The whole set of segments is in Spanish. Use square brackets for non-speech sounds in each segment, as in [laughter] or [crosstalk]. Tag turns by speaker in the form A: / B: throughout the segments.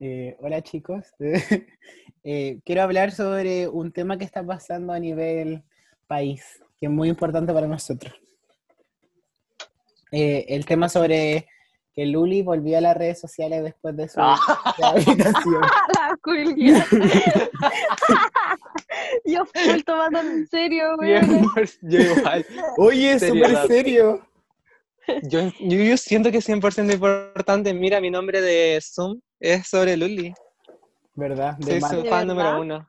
A: Eh, hola chicos, [laughs] Eh, quiero hablar sobre un tema que está pasando a nivel país, que es muy importante para nosotros. Eh, el tema sobre que Luli volvió a las redes sociales después de su
B: [laughs]
A: rehabilitación.
C: la [laughs] Julia. Yo full tomando en serio,
B: Bien,
C: weón.
B: [laughs] yo igual.
A: Oye, es
B: Sería
A: súper
B: la-
A: serio.
B: Yo, yo, yo siento que es 100% importante. Mira, mi nombre de Zoom es sobre Luli.
A: ¿Verdad? De
B: Soy
A: mal.
B: su
C: ¿De
B: fan número
C: verdad?
B: uno.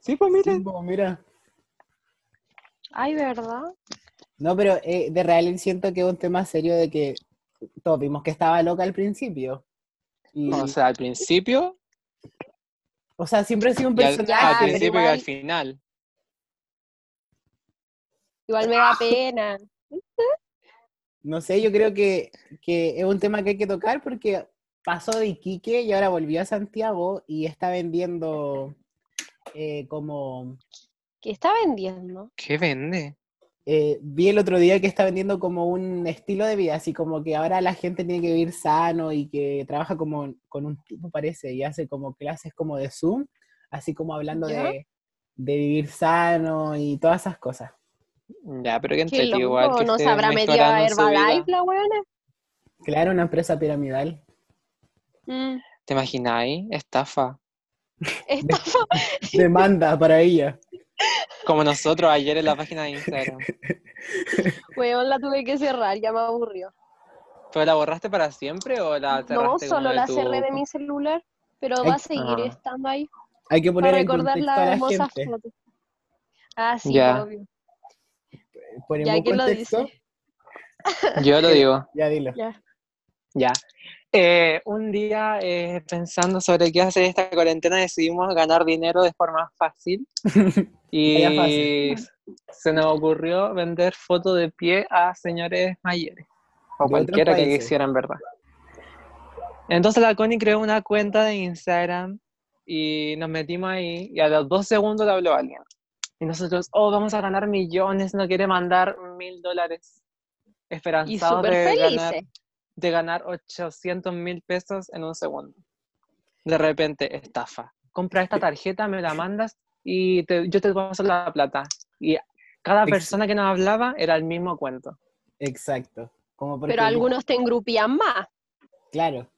B: Sí, pues miren.
A: Como, mira.
C: Ay, ¿verdad?
A: No, pero eh, de real siento que es un tema serio de que todos vimos que estaba loca al principio. Y-
B: O sea, al principio,
A: siempre ha sido un
B: y al,
A: personaje.
B: al
C: pero
B: principio y
C: igual-
B: al final.
C: Igual me
B: Ah.
C: da pena.
A: No sé, yo creo que, que es un tema que hay que tocar porque pasó de Iquique y ahora volvió a Santiago y está vendiendo eh, como...
C: ¿Qué está vendiendo?
B: ¿Qué vende?
A: eh, vi el otro día que está vendiendo como un estilo de vida, así como que ahora la gente tiene que vivir sano y que trabaja como con un tipo, parece, y hace como clases como de Zoom, así como hablando
C: ¿Ya?
A: de, de vivir sano y todas esas cosas.
B: Ya, pero que
C: Qué
B: entretido igual.
C: loco,
B: Que
C: no se
B: esté
C: habrá metido a
B: mejorando su
C: Herbalife
B: vida.
C: la weona.
A: Claro, una empresa piramidal.
C: [laughs] Mm.
B: ¿Te imagináis? Estafa.
C: Esta fue-
A: Demanda para ella.
B: Como nosotros ayer en la página [laughs] de Instagram.
C: weón la tuve que cerrar, ya me aburrió.
B: ¿Pero la borraste para siempre o la cerraste
C: No,
B: como
C: solo
B: de
C: la
B: tu-
C: cerré de mi celular, pero
A: Ay,
C: va a seguir
B: ah.
C: estando ahí
A: Hay que poner
C: para
A: en
C: recordar
A: contexto
C: la
A: a la
C: hermosa
A: gente.
C: foto. Ah, sí,
B: Ya.
C: obvio.
A: Ponemos
C: Ya,
A: un
C: ¿quién lo
A: contexto.
C: dice?
B: Yo lo digo.
A: Ya dilo.
C: Ya.
B: Ya. Eh, un día eh, pensando sobre qué hacer esta cuarentena decidimos ganar dinero de forma fácil
A: [laughs] Era
B: y
A: fácil.
B: se nos ocurrió vender fotos de pie a señores mayores o
A: otros
B: cualquiera que
A: países.
B: quisieran, ¿verdad? Entonces la Connie creó una cuenta de Instagram y nos metimos ahí y a los dos segundos le habló alguien. Y nosotros, oh, vamos a ganar millones, no quiere mandar mil dólares.
C: Y
B: Esperanzados
C: súper
B: de ganar
C: felices.
B: de ganar 800 mil pesos en un segundo. De repente, estafa. Compra esta tarjeta, me la mandas y te- yo te paso la plata. Y cada
A: Ex-
B: persona que nos hablaba era el mismo cuento.
A: Exacto. Como porque,
C: Pero algunos te engrupían más.
A: Claro.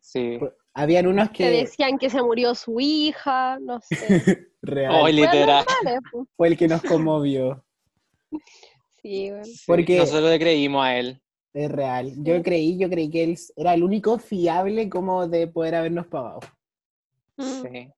B: Sí.
A: Habían unos
C: Te
A: que.
C: decían que se murió su hija, no sé.
A: Real.
C: Pues,
B: Hoy literal.
C: Weas normales, po.
A: Fue el que nos conmovió.
C: Sí, weón.
A: Porque-
B: Nosotros le creímos a él.
A: Es real. Yo creí, yo creí que él era el único fiable como de poder habernos pagado.
C: Mm.
B: Sí.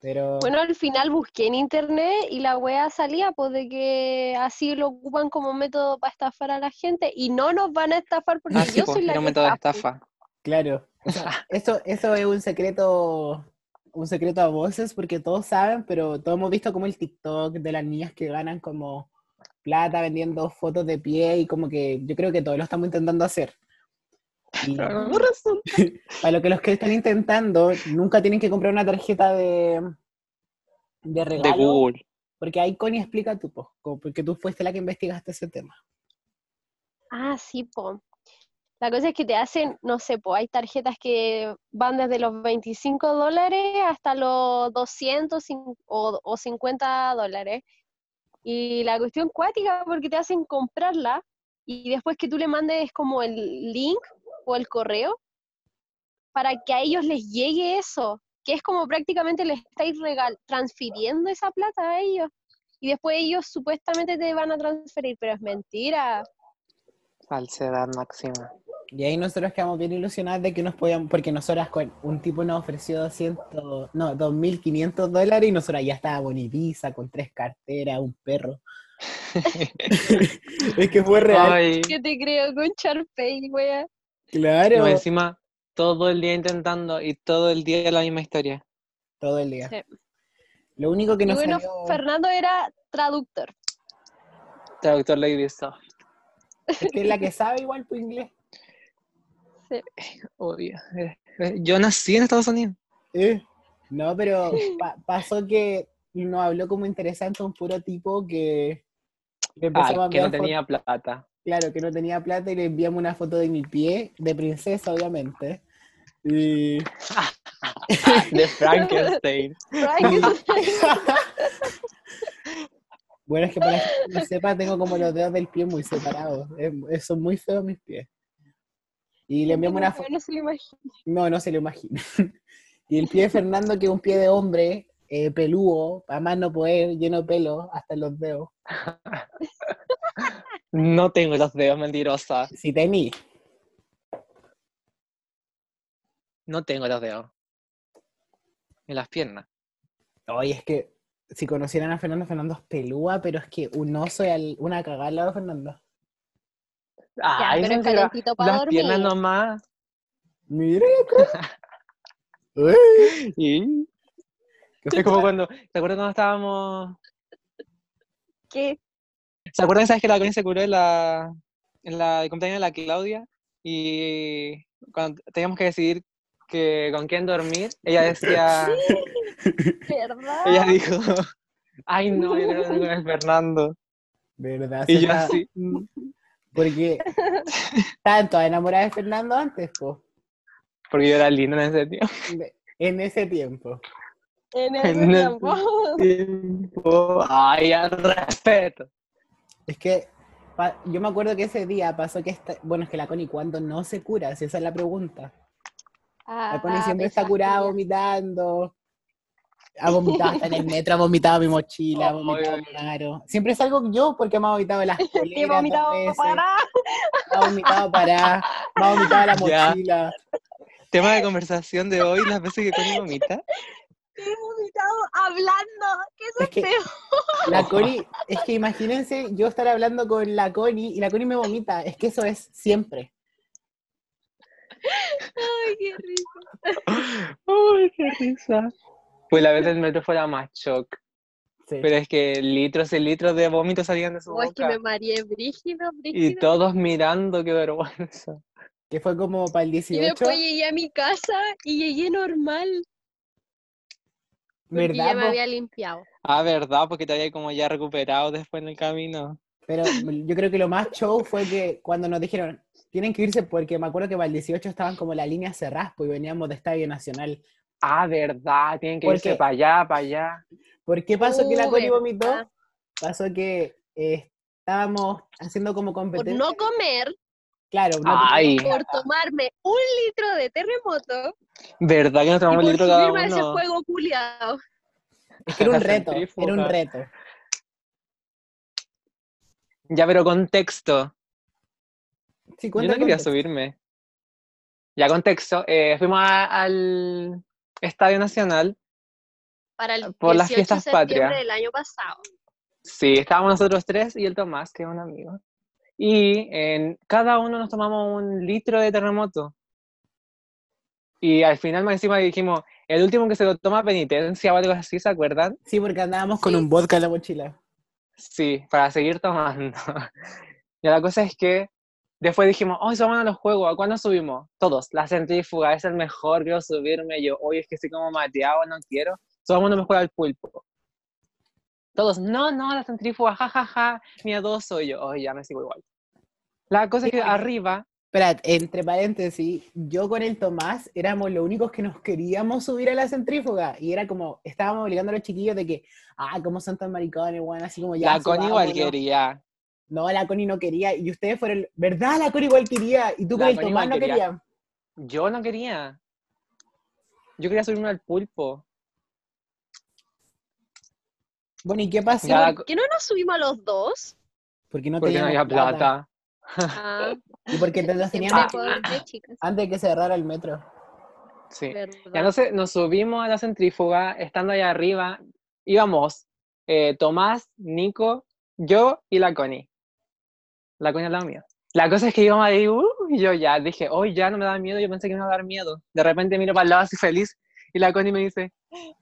A: Pero
C: Bueno, al final busqué en internet y la wea salía, pues de que así lo ocupan como método para estafar a la gente y no nos van a estafar porque
B: Así
C: yo
B: pues,
C: soy
B: era
C: la que
B: un método de
C: estafo.
B: estafa.
A: claro,
C: [laughs]
A: eso, eso es un secreto, un secreto a voces porque todos saben, pero todos hemos visto como el TikTok de las niñas que ganan como plata vendiendo fotos de pie y como que yo creo que todos lo estamos intentando hacer. Y
B: Pero no resulta.
A: para lo que los que están intentando, nunca tienen que comprar una tarjeta de, de
B: De
A: regalo.
B: Google.
A: Porque ahí Connie explica tú, po, como porque tú fuiste la que investigaste ese tema.
C: Ah, sí, po. La cosa es que te hacen, no sé, po, hay tarjetas que van desde los 25 dólares hasta los 200 cin- o, o 50 dólares. Y la cuestión cuática, porque te hacen comprarla y después que tú le mandes como el link o el correo para que a ellos les llegue eso, que es como prácticamente les estáis regal transfiriendo esa plata a ellos. Y después ellos supuestamente te van a transferir, pero es mentira.
B: Falsedad máxima.
A: Y ahí nosotros quedamos bien ilusionadas de que nos podíamos, porque nosotras con un tipo nos ofreció 200, no, 2.500 dólares y nosotras ya estábamos en Ibiza con tres carteras, un
B: [laughs]
A: perro. es que fue real.
C: [laughs]
B: Ay,
C: Yo te creo con Charpey, wea.
A: Claro.
B: no, encima todo el día intentando y todo el día la misma historia.
A: Todo el día.
C: Sí.
A: Lo único que
C: Y
A: nos
C: bueno,
A: salió-
C: Fernando era
A: [laughs]
C: traductor.
B: Traductor le hizo.
A: es que es la que sabe igual tu inglés.
C: Sí.
B: Obvio. Eh, eh, Yo nací en Estados Unidos.
A: Eh, No, pero pa- pasó que nos habló como interesante un puro tipo que le
B: Ah,
A: empezaba a
B: que no
A: enviar fotos-
B: tenía plata.
A: Claro, que no tenía plata y le enviamos una foto de mi pie, de princesa, obviamente. Y,
C: [laughs]
B: de Frankenstein.
A: [laughs] Bueno, es que para que no sepa, tengo como los dedos del pie muy separados. Es- es- son muy feos mis pies. Y le enviamos
C: [laughs]
A: una foto.
C: No se lo imagino.
A: No, no se lo imagina. [laughs] Y el pie de Fernando, que es un pie de hombre, eh, peludo, a más no poder, lleno de pelo, hasta los dedos.
B: No tengo los dedos, mentirosa.
A: Si tení,
B: No tengo los dedos. En las piernas.
A: oye, es que si conocieran a Fernando, Fernando es pelúa, pero es que un oso y al- una cagada al lado de Fernando. Ah,
C: Ya,
B: Ay,
C: pero es
B: no, pero
C: calentito para
B: las
C: dormir.
B: piernas nomás.
A: Mira,
B: [laughs]
A: ¡Uy!
B: Y
A: qué
B: [laughs] es como
A: feo.
B: cuando, ¿te acuerdas cuando estábamos?
C: ¿Qué?
B: ¿Se acuerdan esa vez que la Connie se curó en la, en la el cumpleaños de la Claudia? Y cuando teníamos que decidir que, con quién dormir, ella decía,
C: ¿Verdad?
B: ella dijo, ay
C: [laughs]
B: no, yo quiero dormir con el Fernando.
A: ¿Verdad?
B: Y yo
A: Será-
B: así,
A: Porque
B: [laughs]
A: tanto enamorada de Fernando antes, po.
B: porque yo era linda en ese tiempo.
A: de- En ese tiempo.
C: En ese
B: En el-
C: tiempo.
B: tiempo. Ay, al respeto.
A: Es que pa- yo me acuerdo que ese día pasó que esta- bueno, es que la Connie cuando no se cura, si esa es la pregunta. La Connie
C: Ah,
A: siempre está
C: pensaba
A: curada,
C: que-
A: vomitando. Ha vomitado hasta en el metro, ha vomitado mi mochila, ha
B: Ay.
A: vomitado mi aro. Siempre salgo yo porque me ha vomitado
C: [laughs]
A: las coleras.
C: Que
A: dos
C: vomitaba
A: veces,
C: para.
A: Me ha vomitado para, me ha vomitado la
B: Ya.
A: mochila.
B: Tema de conversación de hoy, las veces que Connie vomita.
C: He vomitado hablando. ¿Qué es
A: Es que la Connie, es que imagínense yo estar hablando con la Connie y la Connie me vomita. Es que eso es siempre.
C: Ay, qué rico.
B: Ay, qué risa. Pues la vez del metro fue la más shock.
A: Sí.
B: Pero es que litros y litros de vómitos salían de su
C: Oh, es que
B: boca.
C: me mareé brígido,
B: Y
C: brígido.
B: todos mirando, qué vergüenza.
A: Que fue como para el
C: Y,
A: 18,
C: después llegué a mi casa y llegué normal. Porque
A: ¿verdad?
C: ya me
A: po?
C: había limpiado.
B: Ah, ¿verdad? Porque te había como ya recuperado después en el camino.
A: Pero yo creo que lo más show fue que cuando nos dijeron, tienen que irse porque me acuerdo que para el 18 estaban como la línea cerraspo y veníamos de Estadio Nacional.
B: Ah, ¿verdad? Tienen que
A: ¿Por
B: irse
A: qué?
B: para allá, para allá.
A: ¿Por qué pasó que la
C: Uh,
A: Cori vomitó?
C: ¿verdad?
A: Pasó que eh, estábamos haciendo como
C: Por
A: competencia.
C: no comer,
A: Claro, no-
B: Ay,
C: por tomarme un litro de terremoto
B: ¿verdad que nos
C: y
B: tomamos el
C: por
B: litro cada
C: subirme a ese
B: uno?
C: juego culiado.
A: es que era
B: [laughs]
A: un
B: la
A: reto, era un
B: centrífuga.
A: reto.
B: Ya, pero contexto.
A: Sí,
B: Yo
A: cuenta
B: no quería
A: contexto.
B: subirme. Ya, contexto. eh, fuimos a- al Estadio Nacional.
C: Para el
B: Por las
C: 18
B: fiestas
C: de septiembre
B: patrias.
C: del año pasado.
B: Sí, estábamos nosotros tres y el Tomás, que es un amigo. Y en, cada uno nos tomamos un litro de terremoto. Y al final, más encima, dijimos, el último que se lo toma penitencia o algo así, ¿se acuerdan?
A: Sí, porque andábamos con
C: Sí.
A: un vodka en la mochila.
B: Sí, para seguir tomando. [laughs] Y la cosa es que después dijimos, hoy vamos a los juegos, ¿a cuándo subimos? Todos, la centrífuga, es el mejor, quiero subirme. Yo, hoy es que estoy como mateado, no quiero. Subamos mejor al pulpo. Todos, no, no, la centrífuga, jajaja, ja, miedoso. Y yo, hoy ya me sigo igual. La cosa es que
A: Sí.
B: arriba,
A: Espera, entre paréntesis, yo con el Tomás éramos los únicos que nos queríamos subir a la centrífuga. Y era como, estábamos obligando a los chiquillos de que, ah, como son tan maricones, weón, así como ya.
B: la Connie igual
A: subámonos.
B: quería.
A: No, la Connie no quería. Y ustedes fueron, ¿verdad? La Connie igual quería. Y tú con
B: La
A: el
B: Connie
A: Tomás
B: igual
A: no
B: quería.
A: querían.
B: Yo no quería. Yo quería subirme al pulpo.
A: Bueno, ¿y qué pasó?
B: Ya la co-
C: ¿Por qué no nos subimos a los
B: [laughs]
C: dos?
A: Porque no
B: porque no
A: teníamos
B: había plata.
C: Ah,
A: Y porque te- los
C: siempre
A: teníamos
B: Ah.
C: con tres chicas,
A: antes de que cerrara el metro.
B: Sí.
C: ¿verdad?
B: Y entonces nos subimos a la centrífuga, estando allá arriba, íbamos eh, Tomás, Nico, yo y la Connie. La Connie al lado mío. La cosa es que íbamos ahí, uh, y yo ya dije, hoy ya no me da miedo, yo pensé que me iba a dar miedo. De repente miro para el lado así feliz, y la Connie me dice,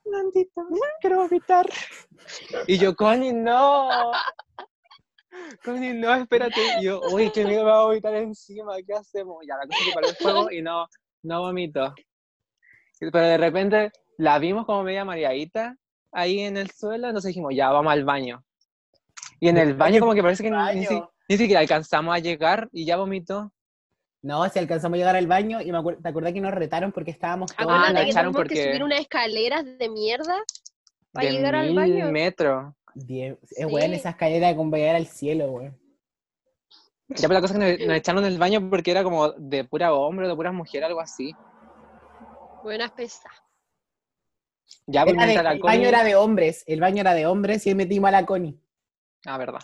B: Nandita, quiero vomitar. Y yo, Connie, no. Connie, no, espérate. Y yo, uy, que miedo me va a vomitar encima, ¿qué hacemos? Ya, la cosa es que paró el fuego y no, no vomito. Pero de repente la vimos como media mareadita ahí en el suelo, entonces dijimos, ya vamos al baño. Y en el baño como que parece que ni, ni si-
A: Baño.
B: ni siquiera alcanzamos a llegar y ya vomitó.
A: No, si alcanzamos a llegar al baño y me acuer- te acordás que nos retaron porque estábamos todos.
B: Ah, la
C: Acuérdate que
B: echaron
C: tuvimos
B: porque-
C: que subir unas escaleras de mierda para
B: de
C: llegar al
B: mil
C: baño.
B: metros.
A: Bien, es
C: Sí.
A: eh, weón, esa escalera como para llegar al cielo, weón.
B: Ya, pero la cosa es que nos, nos echaron del baño porque era como de pura hombre, de puras mujeres, algo así.
C: Buenas pesas.
B: Ya, pues
A: Era de-
B: mientras la
A: el baño
B: Connie-
A: era de hombres, el baño era de hombres y ahí metimos a la Connie.
B: Ah, verdad.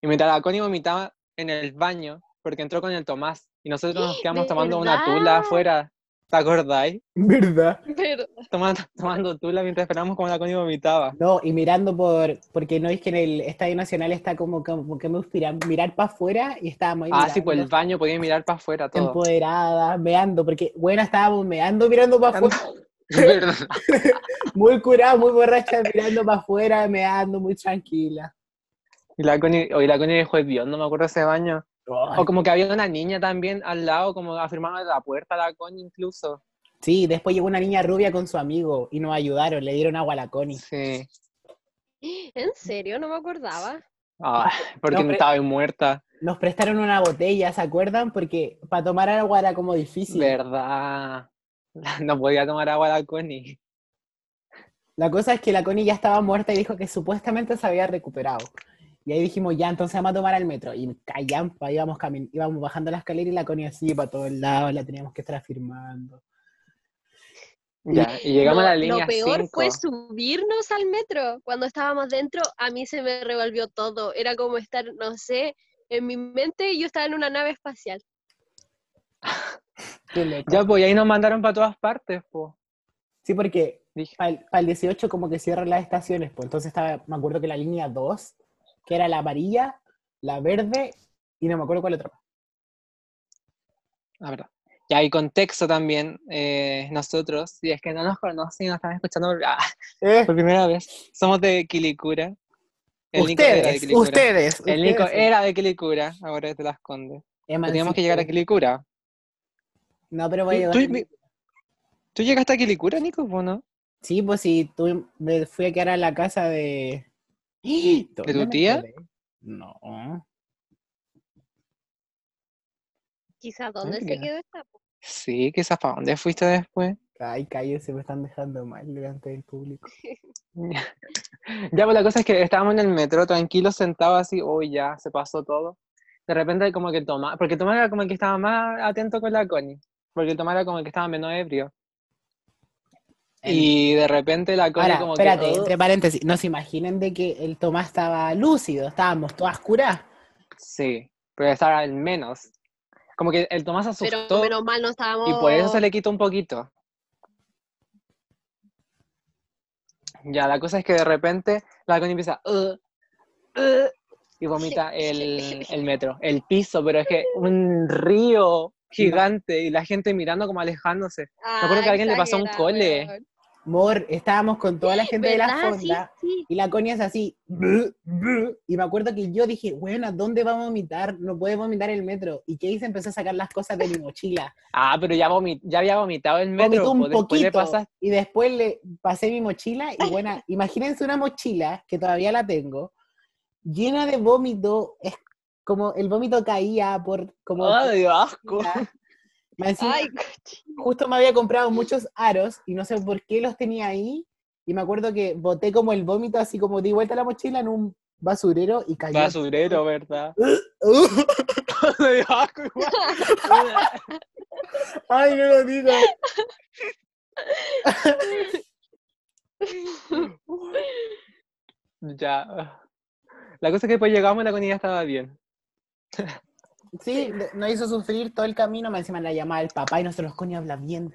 B: Y mientras la Connie vomitaba en el baño porque entró con el Tomás y nosotros
C: [gasps]
B: nos quedamos
C: ¿De
B: tomando una
C: verdad?
B: tula afuera. ¿Te acordáis?
A: ¿Verdad?
C: [laughs] Pero
B: Tomando, [laughs] tomando tula mientras esperamos como la Connie vomitaba.
A: No, y mirando por, porque no es que en el Estadio Nacional está como, como que me inspira, mirar para afuera y estábamos ahí
B: Ah, sí,
A: mirando,
B: pues el baño podía mirar para afuera [laughs] todo.
A: empoderada, meando, porque bueno, estábamos meando, mirando para afuera,
B: ¿Verdad?
A: muy curada, muy borracha, mirando para afuera, meando, muy tranquila.
B: Y la Connie, hoy la Connie dejó hediondo, me acuerdo ese baño. O como que había una niña también al lado, como afirmaba la puerta la Connie incluso.
A: Sí, después llegó una niña rubia con su amigo y nos ayudaron, le dieron agua a la Connie.
B: Sí.
C: ¿En serio? No me acordaba. [laughs]
B: Ah, porque
A: No, pero-
B: estaba muerta.
A: Nos prestaron una botella, ¿se acuerdan? Porque para tomar agua era como difícil.
B: ¿Verdad? [laughs] No podía tomar agua la Connie.
A: La cosa es que la Connie ya estaba muerta y dijo que supuestamente se había recuperado. Y ahí dijimos, ya, entonces vamos a tomar al metro. Y callampa, íbamos, camin- íbamos bajando la escalera y la Connie así para todos lados, la teníamos que estar firmando.
B: Ya, y llegamos
C: Lo-
B: a la línea
C: Lo peor
B: 5.
C: fue subirnos al metro. Cuando estábamos dentro, a mí se me revolvió todo. Era como estar, no sé, en mi mente yo estaba en una nave espacial.
A: Qué loco.
B: Ya, pues, y ahí nos mandaron para todas partes, pues.
A: Sí, porque
B: Dije,
A: para el, 18 como que cierran las estaciones, pues entonces estaba, me acuerdo que la línea 2, que era la amarilla, la verde, y no me acuerdo cuál otra.
B: la verdad. Ya, y contexto también, eh, nosotros, si es que no nos conocen y nos están escuchando por, ah,
A: Eh,
B: por primera vez, somos de Quilicura. El Nico era de
A: ustedes,
B: Quilicura.
A: ustedes,
B: El Nico
A: ustedes.
B: era de Quilicura, ahora te la esconde.
A: Emma,
B: Teníamos
A: sí,
B: que llegar a
A: sí.
B: Quilicura.
A: No, pero
B: ¿Tú,
A: voy a llegar.
B: tú- mi- ¿tú llegaste a Quilicura, Nico, o no?
A: Sí, pues sí, tú, me fui a quedar a la casa de...
B: tu
A: ¿De
B: tía?
A: No.
C: Quizás dónde se
B: Mira.
C: quedó esta. po?
B: Sí, quizás para dónde fuiste después.
A: Ay, cállense, me están dejando mal delante del público.
B: [laughs] Ya, pues la cosa es que estábamos en el metro tranquilos, sentados así, oh ya, se pasó todo. De repente como que Tomás, porque Tomás era como el que estaba más atento con la Connie, porque Tomás era como el que estaba menos ebrio. Y de repente la Connie
A: Em, Ahora,
B: como
A: espérate,
B: que... "Oh".
A: entre paréntesis, no se imaginen de que el Tomás estaba lúcido, estábamos todas curas.
B: Sí, pero estaba al menos. Como que el Tomás se
C: Pero
B: asustó
C: menos mal no estábamos.
B: y por eso se le quitó un poquito. Ya, la cosa es que de repente la Connie empieza... "Ugh, ugh", y [laughs] vomita el, el metro, el piso, pero es que un río gigante y la gente mirando como alejándose.
C: Ah,
B: me acuerdo que a alguien le pasó un
C: exagerado,
B: cole.
C: weón.
A: Mor, estábamos con toda la gente de la
C: ¿Verdad? Sí,
A: fonda
C: sí.
A: y la Connie es así. "Blu, blu", Y me acuerdo que yo dije, bueno, ¿a dónde va a vomitar? No puede vomitar el metro. Y Kate empezó a sacar las cosas de mi mochila.
B: Ah, pero ya, vomi- ya había vomitado [laughs] el metro.
A: vomitó un
B: pues, después le
A: poquito
B: pasas-
A: y después le pasé mi mochila
C: [laughs]
A: y bueno, imagínense una mochila que todavía la tengo llena de vómito, es como el vómito caía por como
B: ¡Ay, Ah, de asco!
A: [laughs] Más encima,
B: [laughs]
C: Ay,
A: justo me había comprado muchos aros y no sé por qué los tenía ahí y me acuerdo que boté como el vómito así como di vuelta la mochila en un basurero y
B: Ah,
A: cayó.
B: Basurero, ¿verdad? [laughs] de asco igual.
A: [laughs] Ay, no lo digo.
B: [laughs] ya. La cosa es que después llegamos y la comida estaba bien.
A: Sí, le- nos hizo sufrir todo el camino, me encima la llamada el papá y nosotros coño habla bien.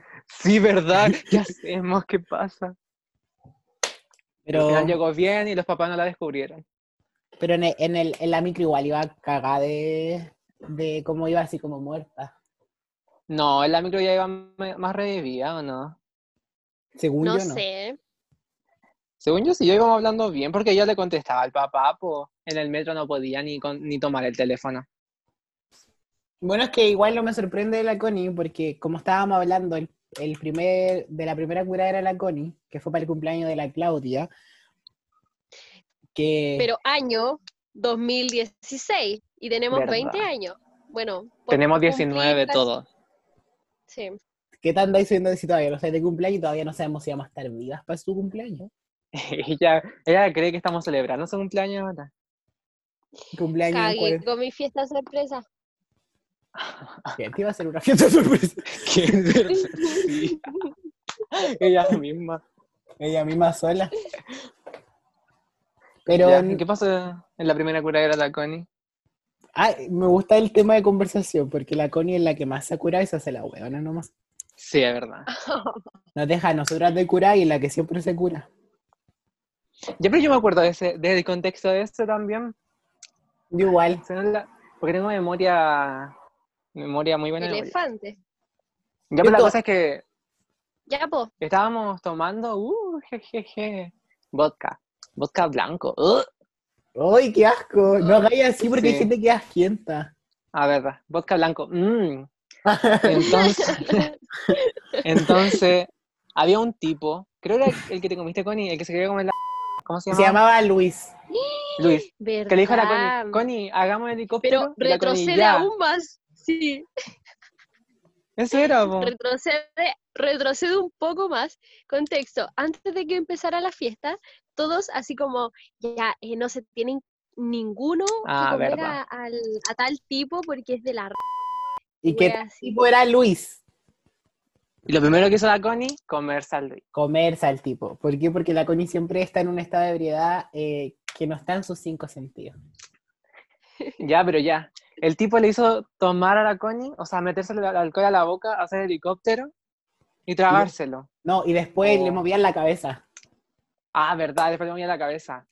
A: [laughs]
B: Sí, ¿verdad? ¿Qué hacemos? ¿Qué pasa? Al
A: Pero
B: final llegó bien y los papás no la descubrieron.
A: Pero en, el- en, el, en la micro igual iba cagada de, de cómo iba así como muerta.
B: No, en la micro ya iba me- más revivida, ¿o no?
A: Según
C: no
A: yo no.
C: sé.
B: Según yo, sí, yo íbamos hablando bien, porque yo le contestaba al papá, pues en el metro no podía ni, con- ni tomar el teléfono.
A: Bueno, es que igual no me sorprende la Connie, porque como estábamos hablando, el, el primer, de la primera cura era la Connie, que fue para el cumpleaños de la Claudia. Que
C: Pero año 2016 y tenemos
B: Verdad.
C: 20 años. Bueno, por
B: Tenemos
C: cumplir
B: 19
C: las-
B: todos. [laughs]
C: Sí.
A: ¿Qué tan andáis subiendo de si todavía no sé de cumpleaños y todavía no sabemos si vamos a estar vivas para su cumpleaños?
B: ella, ella cree que estamos celebrando su cumpleaños ahora.
A: Cumpleaños en
C: Cagué
A: cuarentena.
C: con mi fiesta sorpresa.
A: Te iba a hacer una fiesta sorpresa.
B: ¿Quién [laughs] sí. [laughs] Ella misma.
A: Ella misma sola. Pero mm,
B: Ya,
A: en-
B: ¿Qué pasó en la primera curadera de la Connie?
A: ay, me gusta el tema de conversación, porque la Connie es la que más se cura y se hace la huevona nomás.
B: Sí, es verdad.
A: Nos deja a nosotras de curar y la que siempre se cura.
B: Ya, pero yo me acuerdo de ese, del contexto de eso también.
A: Yo igual.
B: Se me la- Porque tengo memoria, memoria muy buena. memoria.
C: Elefante.
B: Ya, pero la
A: Esto-
B: cosa es que
C: Ya, po.
B: estábamos tomando, uh, jejeje, vodka, vodka blanco. uh.
A: ¡Ay, qué asco! No hagáis así porque hay
B: Sí.
A: gente que asquienta.
B: A ver, vodka blanco. mm.
C: [laughs]
B: Entonces, entonces, había un tipo, creo que era el que te comiste, Connie, el que se quería comer la... ¿Cómo se
A: Se
B: llamaba?
A: llamaba Luis.
B: Luis.
C: ¿Verdad?
B: Que le dijo a la Connie, Connie, hagamos helicóptero. Y
C: Pero
B: la Connie,
C: retrocede
B: "Ya".
C: aún más. Sí.
B: Eso
C: [laughs]
B: era, po.
C: Retrocede, retrocede un poco más. Contexto, antes de que empezara la fiesta, todos así como, ya, eh, no se tienen ninguno
B: Ah,
C: que comer
B: verdad.
C: a, al- a tal tipo porque es de la... r-
A: ¿Y qué
C: wea así.
A: tipo era Luis?
B: Y lo primero que hizo la Connie, comer sal.
A: Comerse al tipo. ¿Por qué? Porque la Connie siempre está en un estado de ebriedad eh, que no está en sus cinco sentidos.
B: Ya, pero ya. El tipo le hizo tomar a la Connie, o sea, meterse el alcohol a la boca, hacer helicóptero y tragárselo.
A: No, y después
B: Oh.
A: le movían la cabeza.
B: Ah, verdad, después le movía la cabeza.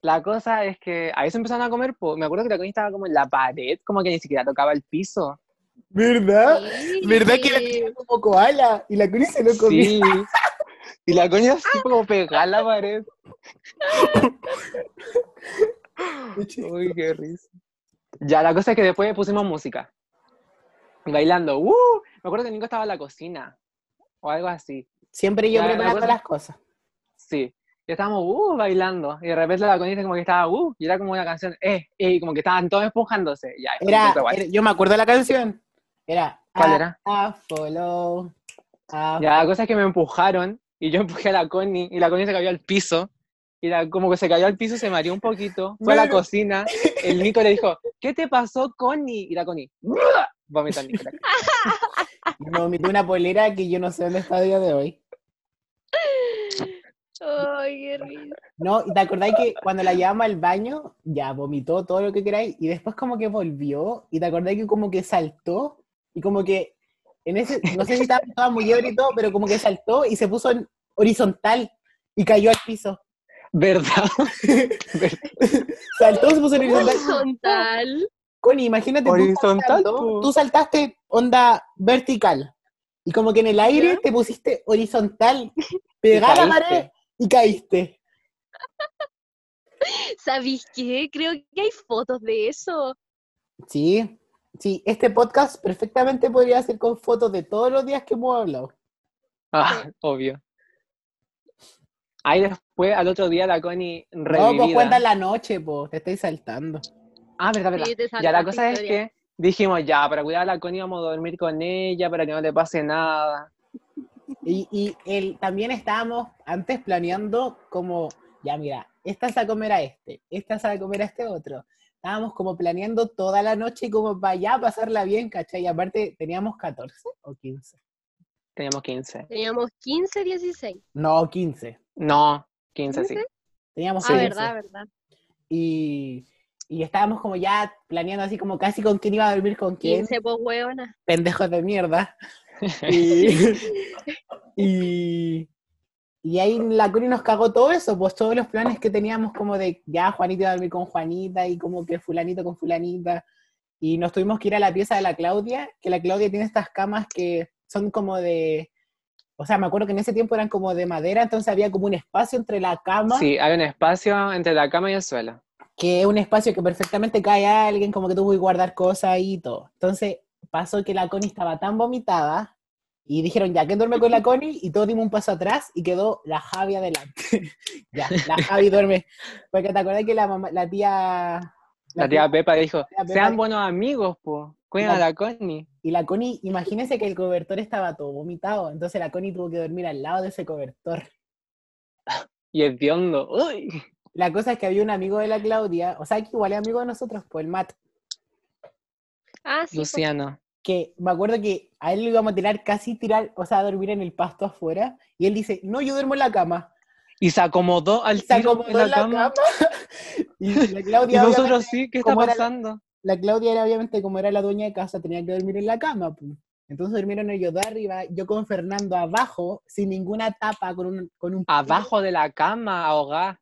B: La cosa es que a eso empezaron a comer, po. me acuerdo que la Connie estaba como en la pared, como que ni siquiera tocaba el piso.
A: ¿Verdad?
C: Sí.
A: como koala? Y la Connie se lo
B: Sí. [laughs] Y la Connie así [laughs] como pegada a la pared. Uy, qué risa. Ya, la cosa es que después pusimos música. Bailando. ¡Uh! Me acuerdo que Nico estaba en la cocina. O algo así.
A: Siempre yo
B: Ya,
A: preparando
B: recuerdo.
A: las cosas.
B: Sí. Y estábamos, uh, bailando. Y de repente la conita como que estaba, uh, y era como una canción, eh, eh, y como que estaban todos empujándose. Ya, esto
A: Era,
B: es otra guay.
A: era- yo me acuerdo de la canción. Era.
B: ¿Cuál
A: "I-
B: era?
A: I follow, I
B: Ya, la cosa es que me empujaron, y yo [laughs] empujé a la Connie, y la Connie se cayó al piso. Y la, como que se cayó al piso, se mareó un poquito, fue a la
A: Bueno.
B: cocina. El Nico le dijo, ¿qué te pasó, Connie? Y la Connie, "Bruh", vomitó al Nico.
A: [laughs] Me vomité una polera que yo no sé dónde está a día de hoy.
C: Ay, qué risa.
A: No, ¿y ¿te acordáis que cuando la llevamos al baño, ya vomitó todo lo que queráis, y después como que volvió, y te acordáis que como que saltó, y como que, en ese, no sé si estaba, estaba muy ebrio y todo, pero como que saltó y se puso en horizontal y cayó al piso. [laughs]
B: ¿Verdad?
A: Saltó, se puso en horizontal.
C: Horizontal.
A: Connie, imagínate tú
B: Horizontal,
A: saltando,
B: po.
A: tú saltaste onda vertical, y como que en el aire
C: Ya.
A: te pusiste horizontal, pegada a la
B: caíste.
A: pared y caíste.
C: ¿Sabéis qué? Creo que hay fotos de eso.
A: Sí, sí, este podcast perfectamente podría ser con fotos de todos los días que hemos hablado.
B: Ah, obvio. Ahí después, al otro día, la Connie
A: No, pues
B: revivida.
A: cuenta la noche, pues, te estáis saltando.
B: Ah, verdad, verdad.
C: Sí, te
B: Ya la
C: saltaste
B: cosa es
C: historia.
B: que dijimos, ya, para cuidar a la Connie vamos a dormir con ella, para que no le pase nada.
A: Y, y el, también estábamos antes planeando como, ya mira, esta se va a comer a este, esta se va a comer a este otro. Estábamos como planeando toda la noche como para ya pasarla bien, ¿cachai? Y aparte teníamos 14 o 15.
B: Teníamos 15.
C: Teníamos 15, 16.
A: No, 15.
B: No, 15 sí.
A: Teníamos
C: Ah,
A: 15.
C: verdad, verdad.
A: Y, y estábamos como ya planeando así como casi con quién iba a dormir con quién.
C: 15, pues, hueona.
A: pendejos de mierda. Y, y, y ahí la Curi nos cagó todo eso, pues todos los planes que teníamos como de ya Juanita iba a dormir con Juanita y como que fulanito con fulanita. Y nos tuvimos que ir a la pieza de la Claudia, que la Claudia tiene estas camas que son como de... O sea, me acuerdo que en ese tiempo eran como de madera, entonces había como un espacio entre la cama,
B: Sí, hay un espacio entre la cama y el suelo.
A: que es un espacio que perfectamente cae a alguien, como que tuvo que guardar cosas ahí y todo. Entonces pasó que la Connie estaba tan vomitada y dijeron, ya, ¿quién duerme con la Connie? Y todos dimos un paso atrás y quedó la Javi [laughs] adelante. ya, la Javi duerme. Porque te acordás que la, mamá, la tía
B: La,
A: La
B: tía
A: tía-
B: Pepa dijo,
A: tía Pepa
B: sean
A: dijo-
B: buenos amigos, po. Cuiden
A: La-
B: a la Connie.
A: Y la Connie, imagínese que el cobertor estaba todo vomitado, entonces la Connie tuvo que dormir al lado de ese cobertor.
B: Y el biondo. Uy.
A: La cosa es que había un amigo de la Claudia, o sea, que igual es amigo de nosotros, pues el Matt,
C: Ah,
A: pues.
C: sí. po.
B: Luciano.
A: que me acuerdo que a él lo íbamos a tirar casi tirar, o sea, a dormir en el pasto afuera, y él dice, no, yo duermo en la cama.
B: Y se acomodó al
A: Y se
B: tiro
A: acomodó
B: en la cama.
A: [laughs] y
B: [laughs]
A: la Claudia,
B: Y nosotros
A: obviamente-
B: sí, ¿qué está
A: como era-
B: pasando?
A: la Claudia era obviamente como era la dueña de casa, tenía que dormir en la cama. pu. Entonces durmieron ellos de arriba, yo con Fernando abajo, sin ninguna tapa, con un... Con un
B: Abajo de la
A: [laughs]
B: cama, ahogada.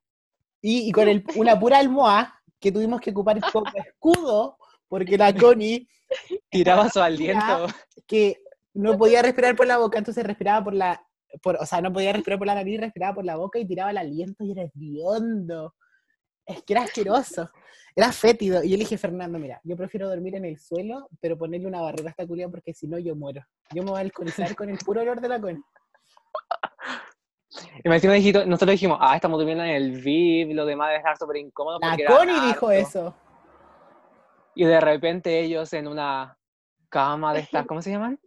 A: Y, y con el- una pura almohada que tuvimos que ocupar como
B: [laughs]
A: escudo, porque la Connie,
B: Tiraba su aliento.
A: que no podía respirar por la boca, entonces respiraba por la... Por, o sea, no podía respirar por la nariz, respiraba por la boca y tiraba el aliento y era hediondo. Es que era asqueroso, era fétido. Y yo le dije, Fernando, mira, yo prefiero dormir en el suelo, pero ponerle una barrera a esta culia porque si no yo muero. Yo me voy a alcoholizar con el puro olor de la Connie.
B: Y me encima dijito- nosotros dijimos, ah, estamos durmiendo en el VIP, lo demás debe estar súper incómodo.
A: La
B: porque era
A: Connie dijo
B: harto".
A: eso.
B: Y de repente ellos en una cama de estas, ¿cómo se llaman?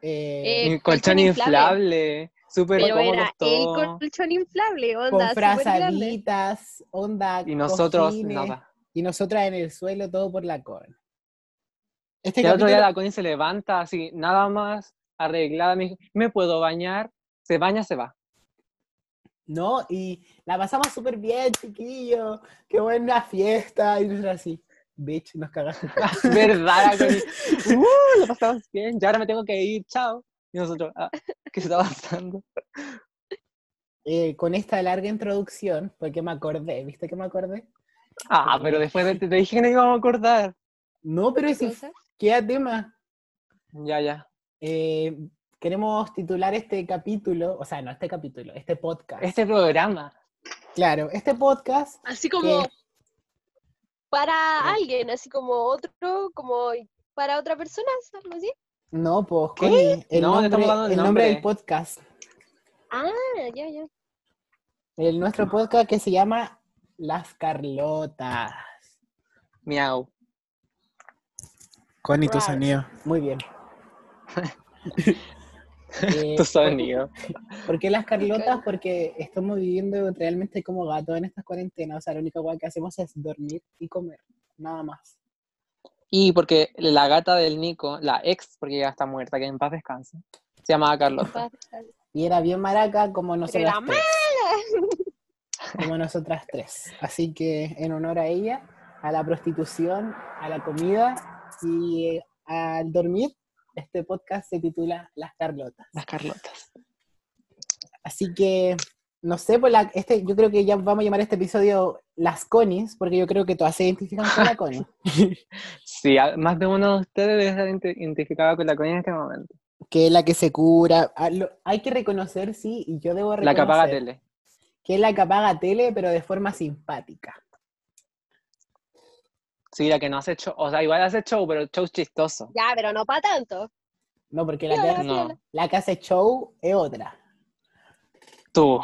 A: Eh,
C: Eh,
B: Un colchón
C: colchón inflable.
B: inflable, súper
C: Pero
B: cómodos
C: era el
B: todos.
C: colchón inflable, onda.
A: con
C: súper grande.
A: frazaditas, onda.
B: Y nosotros,
A: cojines.
B: nada.
A: y nosotras en el suelo, todo por la corona. Este
B: Y el otro día
A: capítulo-
B: la Connie se levanta así, nada más, arreglada, me dijo, ¿me puedo bañar? Se baña, se va. [laughs]
A: No, y la pasamos súper bien, chiquillo. Qué buena fiesta. Y nosotros así, bitch, nos cagaste.
B: ¿Verdad, la Connie?
C: [laughs]
B: ¡Uh, lo pasamos bien! Ya ahora me tengo que ir, chao. Y nosotros, ah, ¿qué está pasando?
A: Eh, con esta larga introducción, porque me acordé, ¿viste que me acordé?
B: Ah, pero después de- te, te dije que no íbamos a acordar.
A: No, pero si
C: Cosa.
A: queda tema.
B: Ya, ya.
A: Eh, queremos titular este capítulo, o sea, no este capítulo, este podcast.
B: Este programa.
A: Claro, este podcast
C: Así como
A: ¿Qué?
C: para alguien, así como otro, como para otra persona, algo así.
A: No, pues,
B: ¿Qué?
A: Connie, el,
B: No,
A: nombre,
B: le estamos dando el
A: el nombre del
B: nombre.
A: podcast,
C: Ah, ya, ya.
A: el, nuestro podcast que se llama Las Carlotas.
B: Miau.
A: Connie,
C: tu Right. sonido.
A: Muy
B: [laughs]
A: bien. Eh,
B: Tu sonido.
A: ¿Por qué las Carlotas? Porque estamos viviendo realmente como gatos en estas cuarentenas. O sea, lo único guay que hacemos es dormir y comer. Nada más.
B: Y porque la gata del Nico, la ex, porque ya está muerta, que en paz descanse, se llamaba Carlota.
C: Va-
A: Y era bien maraca como nosotras
C: era
A: tres.
B: [laughs]
A: Como nosotras tres. Así que en honor a ella, a la prostitución, a la comida y eh, al dormir, este podcast se titula Las Carlotas.
B: Las Carlotas.
A: Así que, no sé, pues la- este, yo creo que ya vamos a llamar a este episodio Las Conis, porque yo creo que todas se identifican con la Connie.
B: Sí, a- más de uno de ustedes debe estar inte- identificado con la coña en este momento.
A: [laughs] Que es la que se cura. Ah, lo- hay que reconocer, sí, y yo debo
B: La
A: reconocer.
B: que apaga tele.
A: Que es la que apaga tele, pero de forma simpática.
B: Sí, la que no hace show. O sea, igual hace show, pero show chistoso.
C: Ya, pero no para tanto.
A: No, porque la que,
B: No,
A: la que hace show es otra.
B: tú.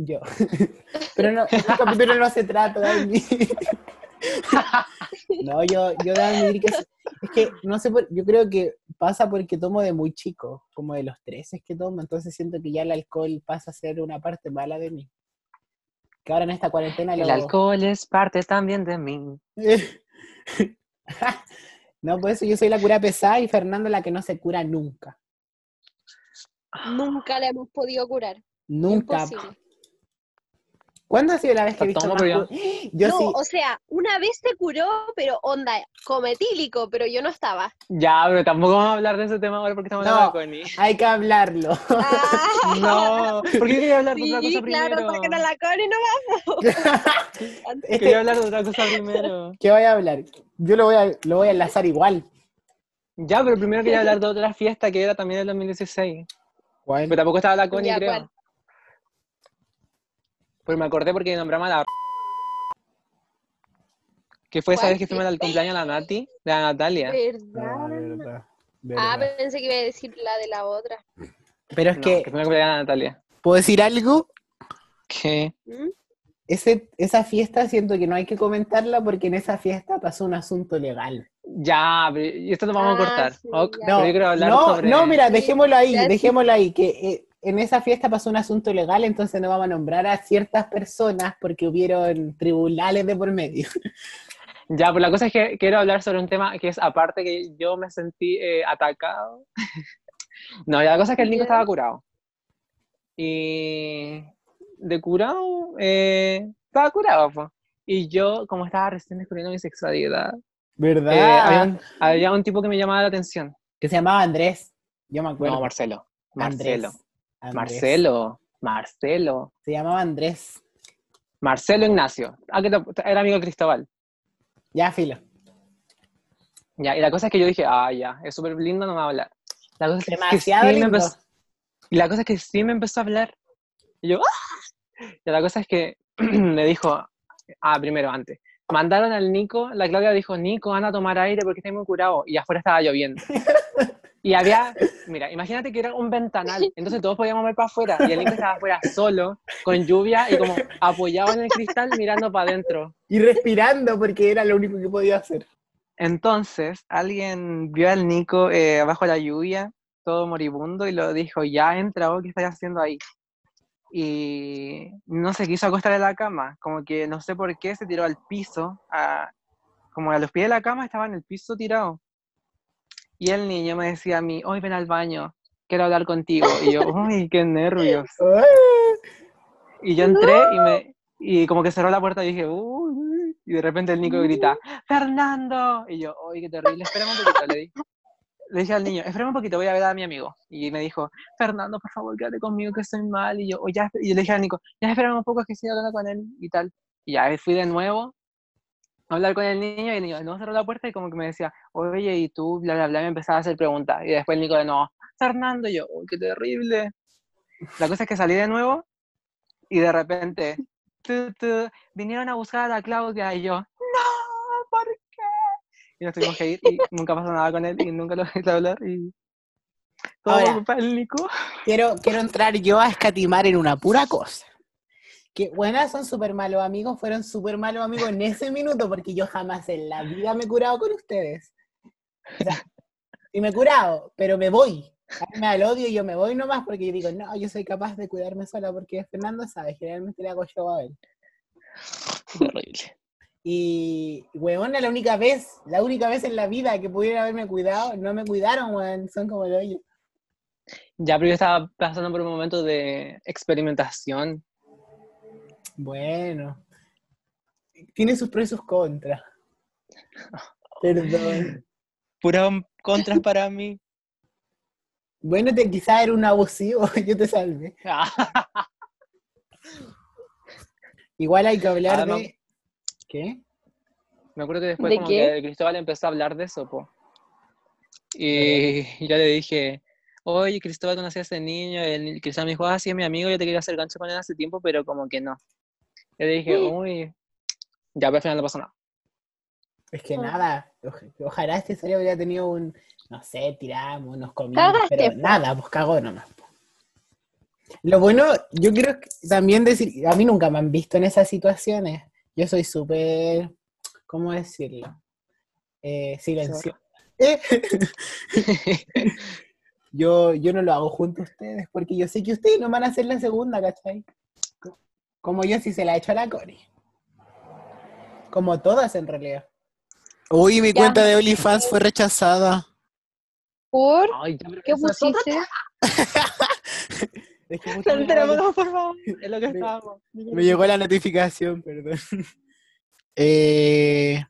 A: Yo. [laughs] Pero no, este capítulo no se trata de mí. [laughs] No, yo, yo debo admitir que es, es que no sé, por- yo creo que pasa porque tomo de muy chico, como de los 13 es que tomo, entonces siento que ya el alcohol pasa a ser una parte mala de mí. Que ahora en esta cuarentena
B: El
A: lo-
B: alcohol es parte también de mí.
A: No, por eso yo soy la cura pesada y Fernando la que no se cura nunca.
C: Nunca la hemos podido curar.
A: Nunca.
C: Imposible.
A: ¿Cuándo ha sido la vez que he visto
B: Tomo,
A: más
B: pero
A: cu- Yo
C: no,
A: sí,
C: o sea, una vez se curó, pero onda, cometílico, pero yo no estaba.
B: Ya, pero tampoco vamos a hablar de ese tema ahora porque estamos
A: No.
B: hablando de la
A: hay que hablarlo.
C: Ah, [laughs]
B: Connie. No, porque yo quería hablar de
C: sí,
B: otra cosa primero.
C: claro, sacan a la Connie nomás.
A: [laughs] Este-
B: Quería hablar de otra cosa primero.
A: ¿Qué voy a hablar? Yo lo voy a, lo voy a enlazar igual.
B: Ya, pero primero quería hablar de otra fiesta que era también del 2016. Pero tampoco estaba la Connie,
C: Ya,
B: creo.
C: ¿cuál?
B: Pues me acordé porque nombramos a la... Que fue esa
C: ¿Cuál
B: vez que fuimos al
C: fiesta?
B: cumpleaños de la Nati, de la Natalia.
C: ¿Verdad? Ah, pensé que iba a decir la de la otra.
A: Pero es
B: No,
A: que,
B: que fue el cumpleaños de la Natalia.
A: ¿puedo decir algo?
B: ¿Qué?
C: ¿Mm?
A: Ese, esa fiesta siento que no hay que comentarla porque en esa fiesta pasó un asunto legal.
B: Ya, pero- y esto lo vamos
C: Ah,
B: a cortar.
C: sí,
B: ok,
C: ya.
A: No,
B: pero yo quiero hablar
A: no,
B: sobre-
A: no, mira, dejémoslo ahí,
C: Ya, sí.
A: dejémoslo ahí, que eh, en esa fiesta pasó un asunto legal, entonces no vamos a nombrar a ciertas personas porque hubieron tribunales de por medio.
B: Ya, pues la cosa es que quiero hablar sobre un tema que es aparte que yo me sentí eh, atacado. [laughs] no, la cosa es que el Nico
C: Ya.
B: estaba curado. Y de curado, eh, estaba curado. po. Y yo, como estaba recién descubriendo mi sexualidad, eh,
A: [laughs] ¿Verdad?
B: había, un, había un tipo que me llamaba la atención.
A: Que se llamaba Andrés. Yo me acuerdo.
B: No, Marcelo.
A: Andrés.
B: Marcelo.
A: Andrés.
B: Marcelo. Marcelo.
A: Se llamaba Andrés.
B: Marcelo Ignacio. Ah, que tamp- era amigo de Cristóbal.
A: Ya, filo.
B: Ya, y la cosa es que yo dije, ah, ya, es súper lindo, no me va a hablar. La cosa es que
A: Demasiado
B: sí me
A: lindo.
B: empezó- Y la cosa es que sí me empezó a hablar. Y yo, ¡ah! Y la cosa es que [clears throat] me dijo, ah, primero, antes. Mandaron al Nico, la Claudia dijo, Nico, anda a tomar aire porque estoy muy curado. Y afuera
A: [laughs]
B: estaba lloviendo. Y había, mira, imagínate que era un ventanal, entonces todos podíamos ver para afuera. Y el Nico estaba afuera solo, con lluvia y como apoyado en el cristal mirando para adentro.
A: Y respirando porque era lo único que podía hacer.
B: Entonces, alguien vio al Nico eh, bajo la lluvia, todo moribundo, y lo dijo, ya entra vos, ¿qué estás haciendo ahí? Y no se quiso acostar en la cama, como que no sé por qué se tiró al piso, a- como a los pies de la cama estaba en el piso tirado. Y el niño me decía a mí, hoy ven al baño, quiero hablar contigo. Y yo, uy, qué nervios.
A: ¡Ah!
B: Y yo entré y me y como que cerró la puerta y dije, "Uy", y de repente el Nico grita, "Fernando." Y yo, "Uy, qué terrible, espérame un poquito", le dije. Le dije al niño, "Espérame un poquito, voy a ver a mi amigo." Y me dijo, "Fernando, por favor, quédate conmigo que estoy mal." Y yo, "Oye, ya", esp- y le dije al Nico, "Ya espérame un poco que estoy hablando con él y tal." Y ya fui de nuevo a hablar con el niño y el niño no cerró la puerta y como que me decía, "Oye, ¿y tú bla bla bla?" y me empezaba a hacer preguntas. Y después el Nico de nuevo, "Fernando." Y yo, "Uy, qué terrible." La cosa es que salí de nuevo y de repente, tu, tu, vinieron a buscar a Claudia y yo, no, ¿por qué? Y nos tuvimos que ir y nunca pasó nada con él y nunca lo dejé hablar y todo
A: Ahora.
B: por culpa del Nico.
A: Quiero, quiero entrar yo a escatimar en una pura cosa. Que buenas son súper malos amigos, fueron súper malos amigos en ese minuto, porque yo jamás en la vida me he curado con ustedes. O sea, y me he curado, pero me voy. A mí me da el odio y yo me voy nomás porque yo digo, no, yo soy capaz de cuidarme sola, porque Fernando sabe, generalmente le hago yo a él.
B: Terrible.
A: Y, weona, la única vez, la única vez en la vida que pudieron haberme cuidado, no me cuidaron, weón, son como el hoyo.
B: Ya, pero yo estaba pasando por un momento de experimentación.
A: Bueno, tiene sus pros y sus contras. Perdón.
B: Puras contras para [laughs] mí.
A: Bueno, te quizá era un abusivo, [laughs] yo te salvé.
B: Ah,
A: Igual hay que hablar
B: Además-
A: de. ¿Qué?
B: Me acuerdo que después
C: ¿De
B: como
C: qué?
B: que Cristóbal empezó a hablar de eso, po. Y yo le dije, oye, Cristóbal conocí a ese niño, el ni- Cristóbal me dijo, ah, sí, es mi amigo, yo te quería hacer gancho con él hace tiempo, pero como que no. Yo le dije,
C: Mm.
B: uy, ya, pero al final no [laughs] pasó nada.
A: Es que
C: Ah.
A: nada, oj- ojalá este serio hubiera tenido un. No sé, tiramos, nos comimos,
C: Cagaste,
A: pero
C: po.
A: nada, pues cagó nomás. po. Lo bueno, yo quiero que- también decir, a mí nunca me han visto en esas situaciones. Yo soy súper. ¿Cómo decirlo? Eh, silenciosa. Eh, Yo, yo no lo hago junto a ustedes porque yo sé que ustedes no van a hacer la segunda, ¿cachai? Co- Como yo si se la he hecho a la Cori. Como todas en realidad. Uy, mi
C: Ya. cuenta
A: de OnlyFans fue rechazada.
C: ¿Por
B: Ay, ya, pero
C: qué
B: eso es otra-
C: pusiste?
B: Enterémonos, por favor, es lo que
A: Me-
B: estábamos.
A: Me llegó la notificación, perdón. [laughs] Eh,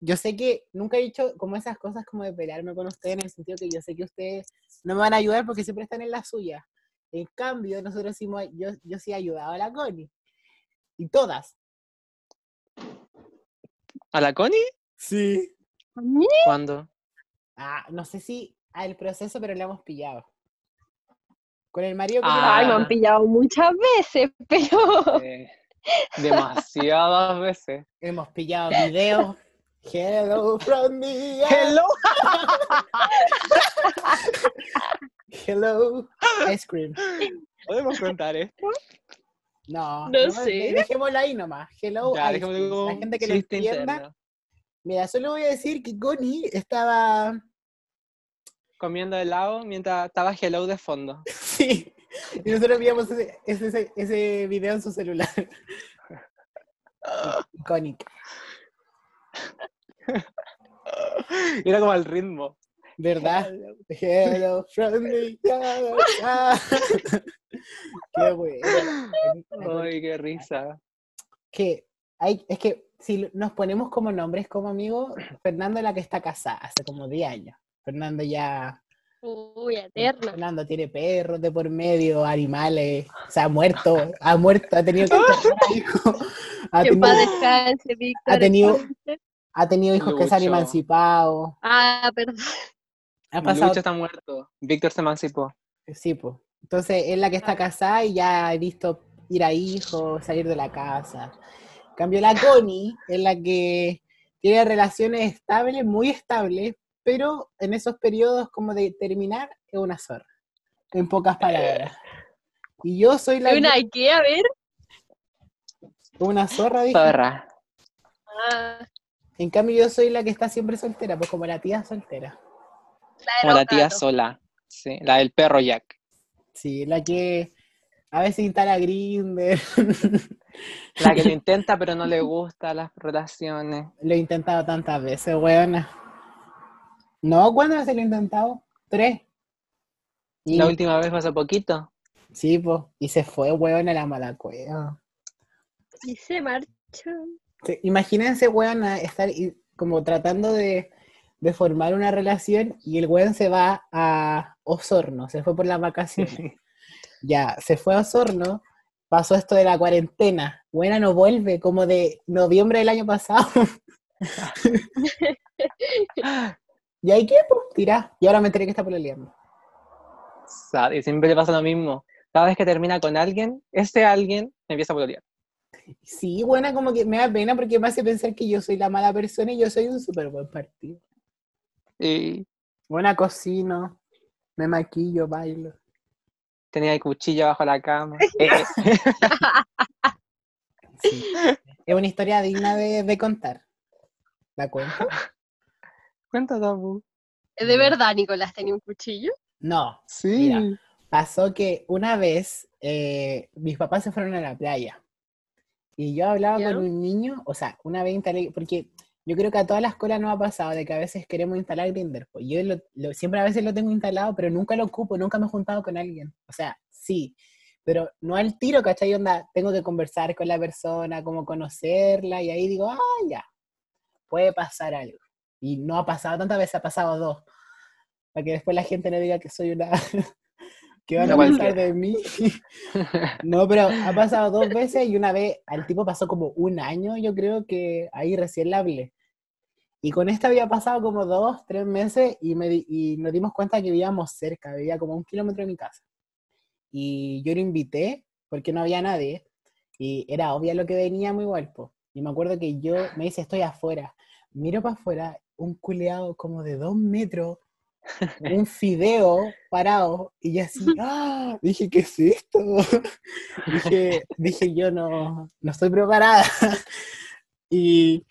A: yo sé que nunca he dicho como esas cosas como de pelearme con ustedes en el sentido que yo sé que ustedes no me van a ayudar porque siempre están en la suya. En cambio, nosotros sí, hemos- yo, yo sí he ayudado a la Connie. Y todas.
B: ¿A la Connie?
A: Sí.
B: ¿Cuándo?
A: Ah, no sé si al proceso, pero la hemos pillado. Con el marido que
B: Ah.
C: Ay, me han pillado muchas veces, [laughs] pero
B: Eh, demasiadas veces.
A: hemos pillado videos. Hello from the
B: [laughs] Hello.
A: Hello ice cream.
B: ¿Podemos contar esto?
A: No,
C: No
A: no,
C: sé.
A: de- Dejémoslo ahí nomás. Hello,
B: Ya,
A: Ice
B: déjame
A: Tea.
B: como
A: La
B: un
A: gente que lo
B: chiste
A: entienda.
B: interno.
A: Mira, solo voy a decir que Connie estaba. [laughs]
B: Comiendo helado mientras estaba Hello de fondo.
A: [laughs] Sí. Y nosotros veíamos ese, ese, ese video en su
B: [laughs]
A: celular. Icónica.
B: Y Era como al ritmo.
A: ¿Verdad? Hello,
C: [laughs]
A: friendly. hello, ah. [laughs] Qué bueno.
B: Ay, qué risa.
A: Que hay, es que si nos ponemos como nombres como amigos, Fernando es la que está casada hace como 10 años. Fernando ya
C: Uy, eterna.
A: Fernando tiene perros de por medio, animales, se ha muerto, ha muerto, ha tenido
C: [laughs]
A: que enterrar hijos, ha
C: Que
A: tenido,
C: en paz descanse, Víctor.
A: ha tenido- ha tenido hijos que se han
B: Lucho.
A: emancipado,
C: Ah, perdón.
A: ha pasado,
B: Lucho está muerto. Víctor se emancipó.
A: sí, pues. Entonces es la que está casada y ya he visto ir a hijos, salir de la casa. En Cambio la Connie, es la que tiene relaciones estables, muy estables, pero en esos periodos como de terminar es una zorra, en pocas palabras. Y yo soy la
C: ¿Hay una qué? A ver.
A: Una zorra, dije.
B: Zorra.
C: Ah,
A: En cambio, yo soy la que está siempre soltera, pues como la tía soltera.
C: de
B: Como la
C: los
B: tía
C: gatos.
B: sola. Sí, la del perro Jack.
A: Sí, la que a veces instala Grinder, [laughs]
B: La que lo intenta pero no le gusta las relaciones.
A: lo he intentado tantas veces, weona. No, ¿cuántas veces lo he intentado? Tres. Y,
B: La última vez fue hace poquito.
A: sí, pues, y se fue, weona, la mala cueva.
C: Y se marchó.
A: Sí, Imagínense, weona, estar y- como tratando de, de formar una relación y el weón se va a Osorno, se fue por las vacaciones. Ya, se fue a Osorno, pasó esto de la cuarentena. Buena, no vuelve, como de noviembre del año pasado. [laughs] ¿Y ahí qué? Pues tirá. Y ahora me enteré que está pololeando.
B: Sad, Y siempre le pasa lo mismo. Cada vez que termina con alguien, ese alguien empieza a pololear.
A: Sí, buena, como que me da pena porque me hace pensar que yo soy la mala persona y yo soy un súper buen partido.
B: Y
A: Buena, cocino, me maquillo, bailo.
B: tenía el cuchillo bajo la
A: [laughs]
B: cama. Eh, eh. [laughs]
A: Sí. Es una historia digna de, de contar. ¿La cuento?
B: Cuenta tabú.
C: ¿De verdad, Nicolás, tenía un cuchillo?
A: No,
B: Sí.
A: Mira. pasó que una vez eh, mis papás se fueron a la playa y yo hablaba
C: ¿Ya?
A: con un niño, o sea, una vez instalé, porque yo creo que a todas las escuelas nos ha pasado de que a veces queremos instalar Grindr, pues yo lo- lo- siempre a veces lo tengo instalado, pero nunca lo ocupo, nunca me he juntado con alguien, o sea, sí, pero no al tiro, ¿cachai? Onda, tengo que conversar con la persona, como conocerla, y ahí digo, ah, ya, puede pasar algo. Y no ha pasado tantas veces, ha pasado dos. Para que después la gente no diga que soy una... [laughs] que van a
B: Una
A: pensar
B: cualquiera.
A: de mí. No, pero ha pasado dos veces y una vez al tipo pasó como un año, yo creo que ahí recién la hablé. Y con esta había pasado como dos, tres meses y, me di- y nos dimos cuenta que vivíamos cerca, vivía como a un kilómetro de mi casa. Y yo lo invité porque no había nadie y era obvio lo que venía muy guapo. Y me acuerdo que yo me dice, estoy afuera. Miro para afuera, un culeado como de dos metros, un fideo parado y yo así, ¡ah! Dije, ¿qué es esto? [laughs] dije, dije, yo no, no estoy preparada. y,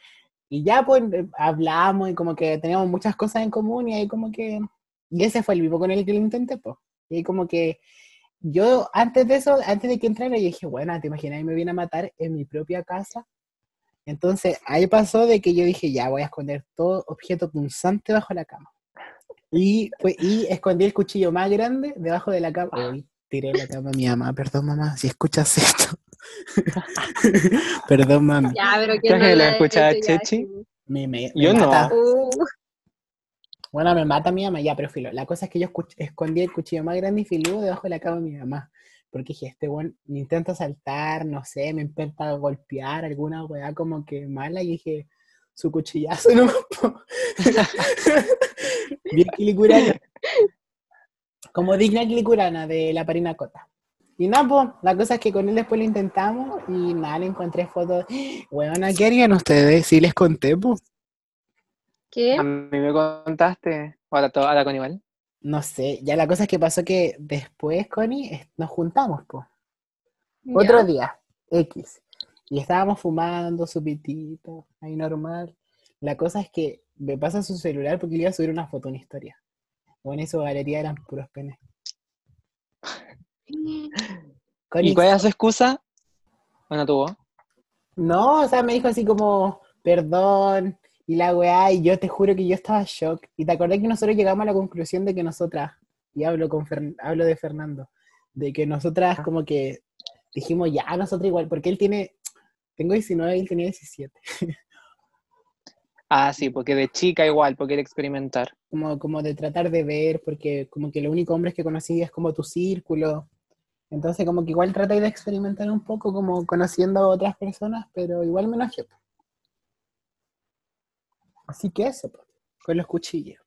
A: y ya pues hablamos y como que teníamos muchas cosas en común y ahí como que, y ese fue el vivo con el que lo intenté, pues. Y ahí como que yo antes de eso, antes de que entrara, yo dije, bueno, te imaginas, me viene a matar en mi propia casa. Entonces ahí pasó de que yo dije, ya voy a esconder todo objeto punzante bajo la cama. Y, fue- y escondí el cuchillo más grande debajo de la cama. Uy, tiré la cama a mi mamá. Perdón, mamá, si escuchas esto. [laughs] Perdón, mami.
C: Ya, pero
B: ¿Crees
C: ¿quién no
B: que lo
C: la
B: escucha
C: ya,
B: Chechi?
C: sí.
A: Me, me- me
B: Yo no.
A: mata.
C: Uh,
A: Bueno, me mata mi mamá, ya, pero filo. La cosa es que yo escuch- escondí el cuchillo más grande y filudo debajo de la cama de mi mamá. Porque dije, este weón me intenta saltar, no sé, me intenta golpear, alguna weá como que mala. Y dije, su cuchillazo [laughs] no
B: [laughs]
A: Bien quilicurana. Como digna quilicurana de la Parina Cota. Y nada, pues, la cosa es que con él después lo intentamos y nada, le encontré fotos. [gasps] Weona, ¿qué harían ustedes? Si les conté, pues.
C: ¿Qué?
B: A mí me contaste. Ahora todo, ahora con igual.
A: No sé, ya la cosa es que pasó que después, Connie, es- nos juntamos, po.
C: Ya.
A: Otro día. X. Y estábamos fumando su pitito, ahí normal. La cosa es que me pasa su celular porque le iba a subir una foto, una historia. Con eso galería eran puros penes. Con
B: ¿Y
A: X-
B: cuál era su excusa? Bueno, tuvo.
A: No, o sea, me dijo así como, perdón, y la weá, y yo te juro que yo estaba shock. Y te acordé que nosotros llegamos a la conclusión de que nosotras, y hablo, con Fern- hablo de Fernando, de que nosotras como que dijimos, ya, nosotros igual, porque él tiene, tengo 19 y él tenía 17.
B: Ah, sí, porque de chica igual, porque era experimentar.
A: Como, como de tratar de ver, porque como que los únicos hombres que conocí es como tu círculo. Entonces como que igual tratáis de experimentar un poco como conociendo a otras personas, pero igual me enojé. po. Así que eso, po, con los cuchillos.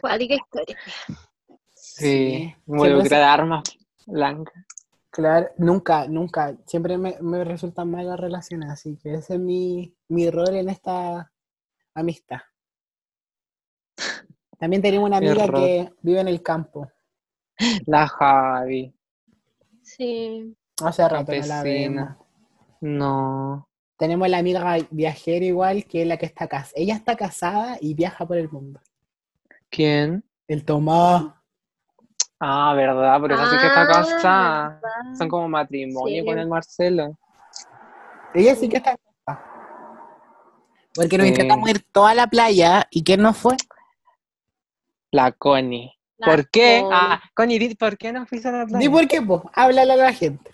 C: Cuática historia.
A: Sí. pues
B: Sí, involucrar
A: Siempre
B: armas blancas.
A: Claro, nunca, nunca. Siempre me, me resultan mal las relaciones, así que ese es mi, mi rol en esta amistad. También tenemos una
B: Mi
A: amiga
B: rol.
A: que vive en el campo.
B: La Javi.
C: Sí.
A: Hace rato no la
B: Campesina.
A: vemos.
B: No.
A: Tenemos la amiga viajera igual que es la que está casada. Ella está casada y viaja por el mundo.
B: ¿Quién?
A: El Tomás.
B: Ah, verdad, por eso sí que está
C: Ah,
B: casada.
C: verdad.
B: Son como matrimonio
C: Sí.
B: con el Marcelo.
A: Ella sí que está casada. Porque nos
B: Sí.
A: intentamos ir toda la playa y ¿quién no fue?
B: La Connie.
C: La
B: ¿Por qué?
C: Connie.
B: Ah, Connie, di- ¿por qué no fuiste a la
A: Ni
B: playa?
A: por qué, pues. Háblale a la gente.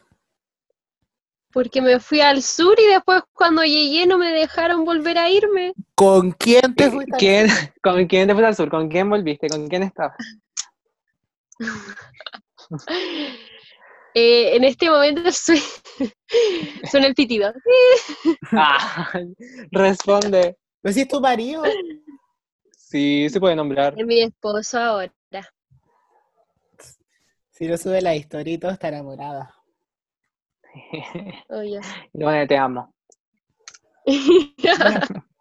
C: Porque me fui al sur y después cuando llegué no me dejaron volver a irme.
A: ¿Con quién te fuiste?
B: ¿Quién- ¿Con quién te fuiste al sur? ¿Con quién volviste? ¿Con quién estabas?
C: Eh, en este momento [laughs] soy... suena el pitido.
B: Ah, [laughs] responde.
A: Pues si es tu marido.
B: Sí, se puede nombrar.
C: Es mi esposo ahora.
A: Si lo sube la historia y todo está enamorada.
C: obvio.
B: Bueno, te amo.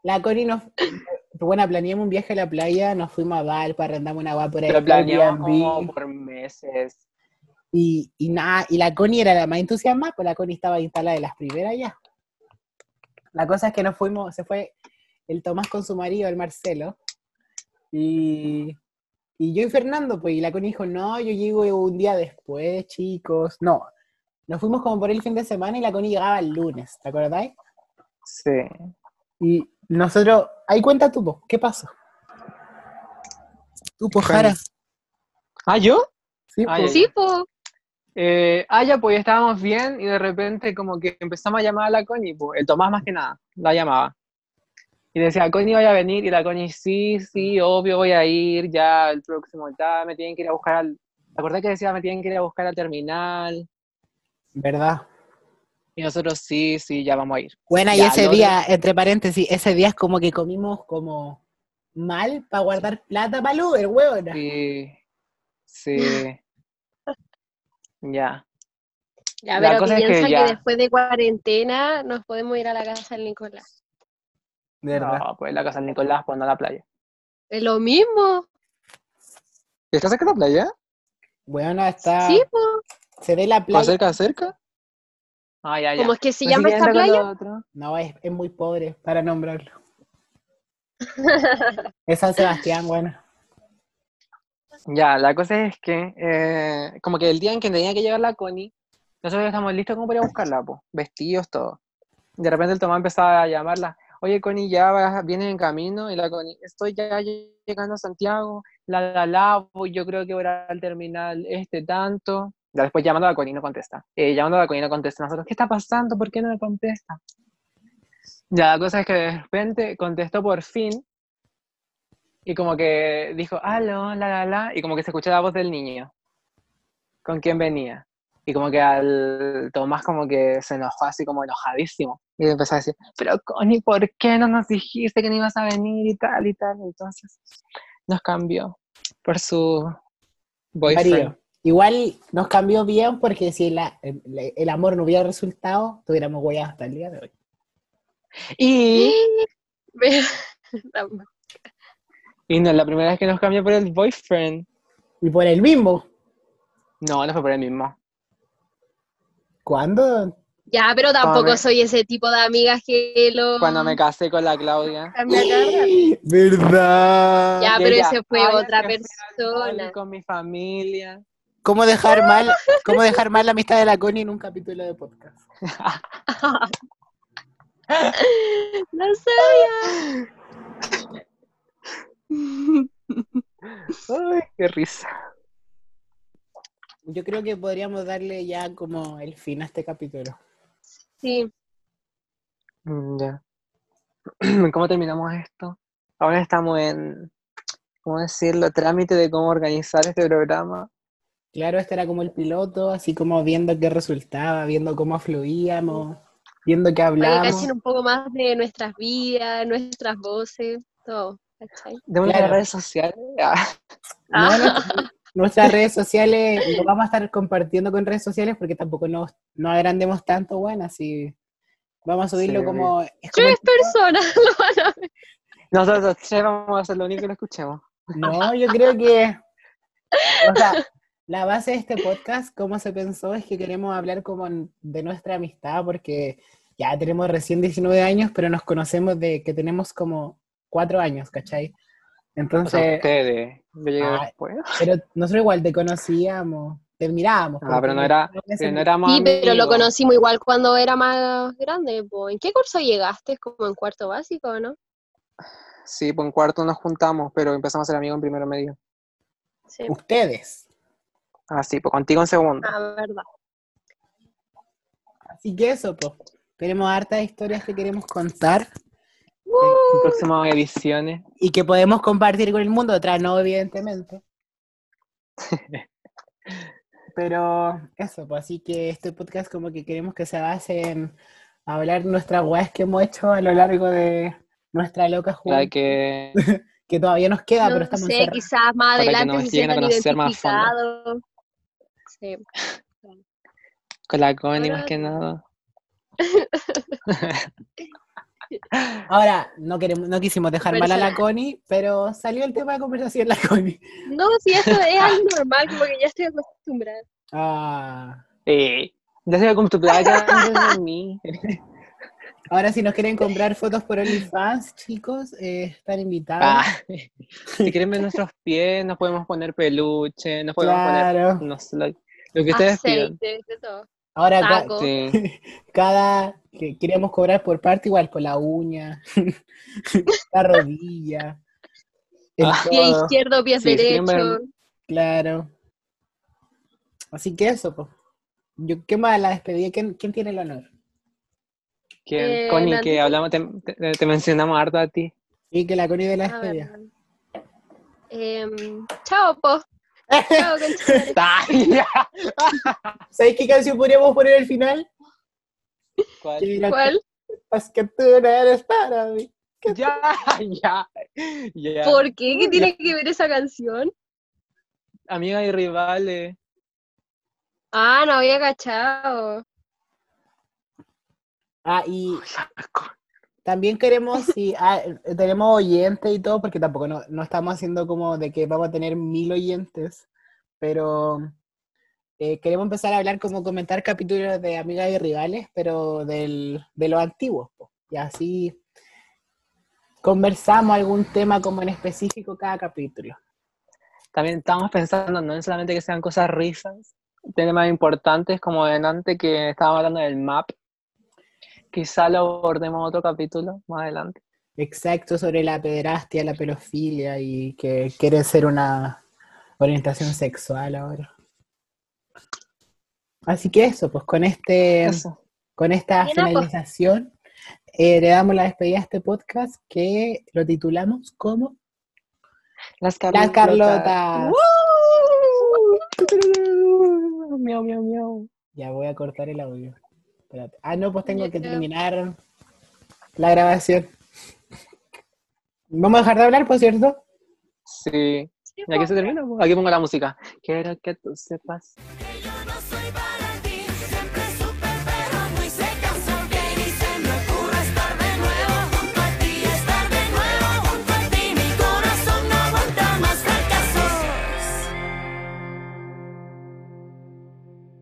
A: La Cori nos. Bueno, planeamos un viaje a la playa, nos fuimos a Valpa, arrendamos una agua por ahí.
B: Lo planeamos
A: Airbnb,
B: como por meses.
A: Y, y nada, y la Connie era la más entusiasmada, pues la Connie estaba instalada de las primeras ya. La cosa es que nos fuimos, se fue el Tomás con su marido, el Marcelo, y, y yo y Fernando, pues, y la Connie dijo, no, yo llego un día después, chicos. No, nos fuimos como por el fin de semana y la Connie llegaba el lunes, ¿te acordáis?
B: Sí.
A: Y nosotros, ahí cuenta tú, po, ¿qué pasó? Tú, po, Jara.
B: ¿Ah, yo?
A: Sí,
B: Ay,
A: po.
C: Sí, po.
B: Eh, ah, ya, pues estábamos bien y de repente como que empezamos a llamar a la Connie, pues, el Tomás más que nada, la llamaba. Y decía, Connie, voy a venir. Y la Connie, sí, sí, obvio, voy a ir ya el próximo, ya me tienen que ir a buscar al... ¿Te acordás que decía, me tienen que ir a buscar al terminal?
A: ¿Verdad?
B: Y nosotros, sí, sí, ya vamos a ir.
A: Bueno, y
B: Ya,
A: ese
B: lo otro-
A: día, entre paréntesis, ese día es como que comimos como mal para guardar plata para el Uber, huevona.
B: Sí, sí. ya.
C: Ya,
B: La
C: pero
B: cosa es que
C: piensa que,
B: ya.
C: después de cuarentena nos podemos ir a la casa del Nicolás.
A: De verdad.
B: No, pues la casa de Nicolás, pues no la playa.
C: Es lo mismo.
B: ¿Está cerca de la playa?
A: Huevona está.
C: Sí, po.
A: Se ve la
B: ¿Más
A: playa.
B: cerca, cerca? Ah, ya, ya.
C: ¿Cómo es que se
B: Pensé
C: llama
B: que
C: esta
B: era con lo
C: playa?
B: otro.
A: No, es, es muy pobre para nombrarlo. es San Sebastián, bueno.
B: Ya, la cosa es que, eh, como que el día en que tenía que llegar la Connie, nosotros estamos listos como para ir a buscarla, po, vestidos, todo. De repente el Tomás empezaba a llamarla, oye Connie, ya vas- vienes en camino, y la Connie, estoy ya lle- llegando a Santiago, la la la, voy- yo creo que voy a ir al terminal este tanto. Ya después llamando a la Connie no contesta, eh, llamando a la Connie no contesta, nosotros, ¿qué está pasando? ¿Por qué no me contesta? Ya, la cosa es que de repente contestó por fin, y como que dijo, aló, la, la, la, y como que se escuchó la voz del niño, con quién venía. Y como que al Tomás como que se enojó así como enojadísimo. Y le empezó a decir, pero Connie, ¿por qué no nos dijiste que no ibas a venir y tal y tal? Entonces nos cambió por su boyfriend.
A: Marido. Igual nos cambió bien porque si la- el, el amor no hubiera resultado, tuviéramos huellas hasta el día de hoy.
B: Y,
C: La ma-
B: y no es la primera vez que nos cambió por el boyfriend.
A: Y por el mismo.
B: No, no fue por el mismo.
A: ¿Cuándo?
C: [laughs] Ya, pero tampoco
B: me-
C: soy ese tipo de amigas que lo...
B: Cuando me casé con la Claudia.
C: cambia
B: [laughs]
C: cada rato.
A: ¿Verdad?
C: Ya,
B: Y
C: pero
B: ella,
C: ese fue
B: Ah, "Ay, es
C: otra
B: que fui al mall
C: persona.
B: Con mi familia.
A: ¿Cómo dejar mal, cómo dejar mal la amistad de la Connie en un capítulo de podcast?
C: No sabía.
B: Ay, qué risa.
A: Yo creo que podríamos darle ya como el fin a este capítulo.
C: Sí,
B: Mm, Ya. [clears throat] ¿Cómo terminamos esto? Ahora estamos en, ¿cómo decirlo? Trámite de cómo organizar este programa.
A: Claro, este era como el piloto, así como viendo qué resultaba, viendo cómo fluíamos, viendo qué
C: para que
A: hablábamos.
C: cachen un poco más de nuestras vidas, nuestras voces, todo. ¿cachai?
B: Démosle las
A: Claro.
B: redes sociales. [laughs] Ah,
A: No, [laughs]
C: Ah.
A: nuestra- nuestras redes sociales, no vamos a estar compartiendo con redes sociales porque tampoco nos, no agrandemos tanto, bueno, así vamos a subirlo
B: Sí,
A: como... es como
C: Tres personas [laughs] lo van a ver.
B: Nosotros tres vamos a ser lo único que lo escuchemos.
A: No, yo creo que. O sea, la base de este podcast, como se pensó, es que queremos hablar como en- de nuestra amistad, porque ya tenemos recién 19 años, pero nos conocemos de que tenemos como 4 años, ¿cachai?
B: O sea,
A: Entonces,
B: ustedes. Yo llegué
A: Ah,
B: después.
A: pero nosotros igual te conocíamos, te mirábamos.
B: Ah,
A: porque
B: pero no era-
A: no me
B: Pero no
A: sentí-
B: éramos
C: Sí, pero lo
B: amigos.
C: conocimos igual cuando era más grande. po. ¿En qué curso llegaste? Como en cuarto básico, ¿no?
B: Sí, pues en cuarto nos juntamos, pero empezamos a ser amigos en primero medio.
C: Sí.
A: Ustedes.
B: Ah, sí, pues contigo en segundo.
C: Ah, verdad.
A: Así que eso, pues. Tenemos hartas historias que queremos contar
B: En próximas ediciones.
A: y que podemos compartir con el mundo, otras no,
B: [laughs]
A: evidentemente. Pero eso, pues así que este podcast como que queremos que se base en hablar nuestras weas que hemos hecho a lo largo de nuestra loca
B: Para
A: juventud, que...
B: que
A: todavía nos queda, pero
C: no
A: estamos
C: sé,
A: encerrados.
C: quizás más
B: Para que
C: adelante
B: nos
C: se
B: lleguen a
C: sientan
B: conocer más a fondo.
C: identificados. Sí.
B: con la Connie
C: Ahora-
B: más que nada.
A: Ahora, no, queremos, no quisimos dejar mal a la
C: Personal.
A: Connie, pero salió el tema de conversación la Connie.
C: No, si esto es
B: [laughs]
C: algo normal, como que ya estoy acostumbrada.
A: Ah.
B: Sí. Ya se como tu placa antes de mí.
A: Ahora, si nos quieren comprar fotos por OnlyFans, chicos, eh, están invitados.
B: Ah, si quieren ver nuestros pies, nos podemos poner peluche, nos podemos
A: claro.
B: poner no sé, lo, lo que ustedes pidan.
C: Aceite, de todo.
A: Ahora, ca-
C: Taco.
B: Sí.
A: cada que queríamos cobrar por parte igual con la uña, [laughs] la rodilla, el
B: Ah.
C: Pie
A: codo,
C: izquierdo, pie
B: Sí,
C: derecho.
B: siempre-
A: claro. Así que eso, po. Yo, ¿qué más la despedida? ¿Quién, quién tiene el honor?
B: Que,
C: Eh,
B: Connie,
C: Nandito.
B: que hablamos, te, te- te mencionamos harto a ti.
A: Sí, que la Connie de la
C: A ver.
A: despedida.
C: Em, chao, po. Chao,
B: [laughs]
C: conchetumare.
B: Ay, ya.
A: ¿Sabéis qué canción podríamos poner al final? Que
B: ¿Cuál?
A: dirá,
C: ¿Cuál?
A: "Es que tú no eres para mí.
B: Ya, [laughs] ya, ya.
C: ¿Por qué? ¿Qué tiene que ver esa canción?
B: Amiga y rivales.
C: Ah, no había cachado.
A: Ah, y también queremos, si ah, tenemos oyentes y todo, porque tampoco no, no estamos haciendo como de que vamos a tener mil oyentes, pero eh, queremos empezar a hablar como comentar capítulos de Amigas y Rivales, pero del, de los antiguos, po. y así conversamos algún tema como en específico cada capítulo.
B: También estamos pensando, no es solamente que sean cosas risas, temas importantes como delante que estábamos hablando del map. Quizá lo abordemos otro capítulo más adelante.
A: Exacto, sobre la pederastia, la pedofilia y que quiere ser una orientación sexual ahora. Así que eso, pues con este
B: Eso.
A: con esta
C: Bien, Apo.
A: finalización eh, le damos la despedida a este podcast que lo titulamos como Las
B: Las Carlotas.
A: Carlotas.
B: ¡Woo! Miau, miau, miau.
A: Ya voy a cortar el audio. Espérate. Ah, no, pues tengo
C: Ya.
A: que terminar la grabación. Vamos a dejar de hablar, por cierto.
B: Sí.
C: Sí,
B: Y aquí
C: po.
B: se termina. po. Aquí pongo la música. Quiero que tú sepas